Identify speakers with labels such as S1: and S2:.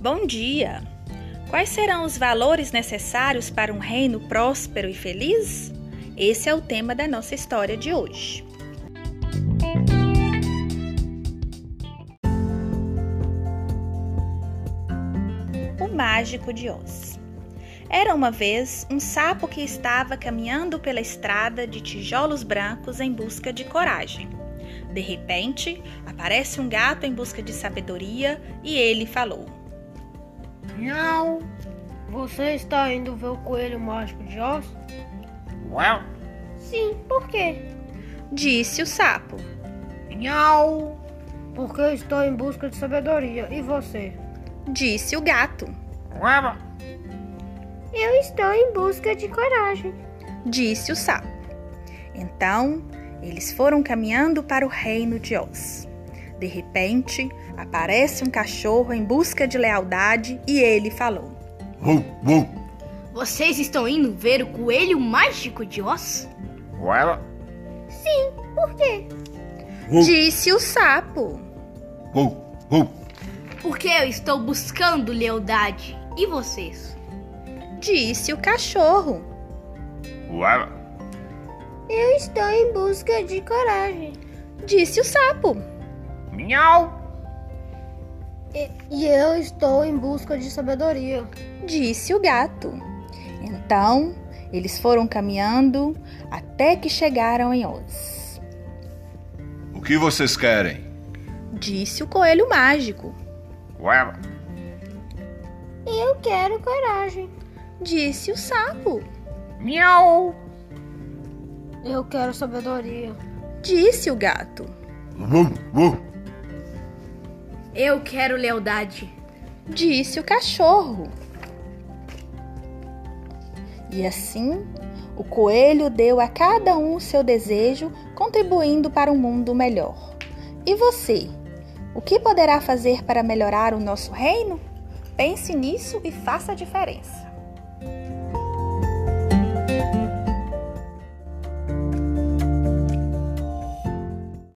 S1: Bom dia! Quais serão os valores necessários para um reino próspero e feliz? Esse é o tema da nossa história de hoje. O Mágico de Oz Era uma vez um sapo que estava caminhando pela estrada de tijolos brancos em busca de coragem. De repente, aparece um gato em busca de sabedoria e ele falou.
S2: Miau! Você está indo ver o coelho mágico de Oz?
S3: Uau!
S2: Sim, por quê?
S1: Disse o sapo.
S3: Miau!
S2: Porque eu estou em busca de sabedoria. E você?
S1: Disse o gato.
S3: Uau!
S2: Eu estou em busca de coragem.
S1: Disse o sapo. Então, eles foram caminhando para o reino de Oz. De repente, aparece um cachorro em busca de lealdade e ele falou:
S3: Uau! Uau!
S4: Vocês estão indo ver o coelho mágico de Oz?
S3: Uau!
S2: Sim, por quê?
S3: Uau!
S1: Disse o sapo.
S3: Uau! Uau!
S4: Porque eu estou buscando lealdade. E vocês?
S1: Disse o cachorro.
S3: Uau!
S2: Eu estou em busca de coragem.
S1: Disse o sapo.
S3: Miau!
S2: E, e eu estou em busca de sabedoria.
S1: Disse o gato. Então, eles foram caminhando até que chegaram em Oz.
S5: O que vocês querem?
S1: Disse o coelho mágico.
S3: Uau!
S2: Eu quero coragem.
S1: Disse o sapo.
S3: Miau!
S2: Eu quero sabedoria.
S1: Disse o gato.
S3: Uau! Uau!
S4: Eu quero lealdade.
S1: Disse o cachorro. E assim, o coelho deu a cada um o seu desejo, contribuindo para um mundo melhor. E você? O que poderá fazer para melhorar o nosso reino? Pense nisso e faça a diferença.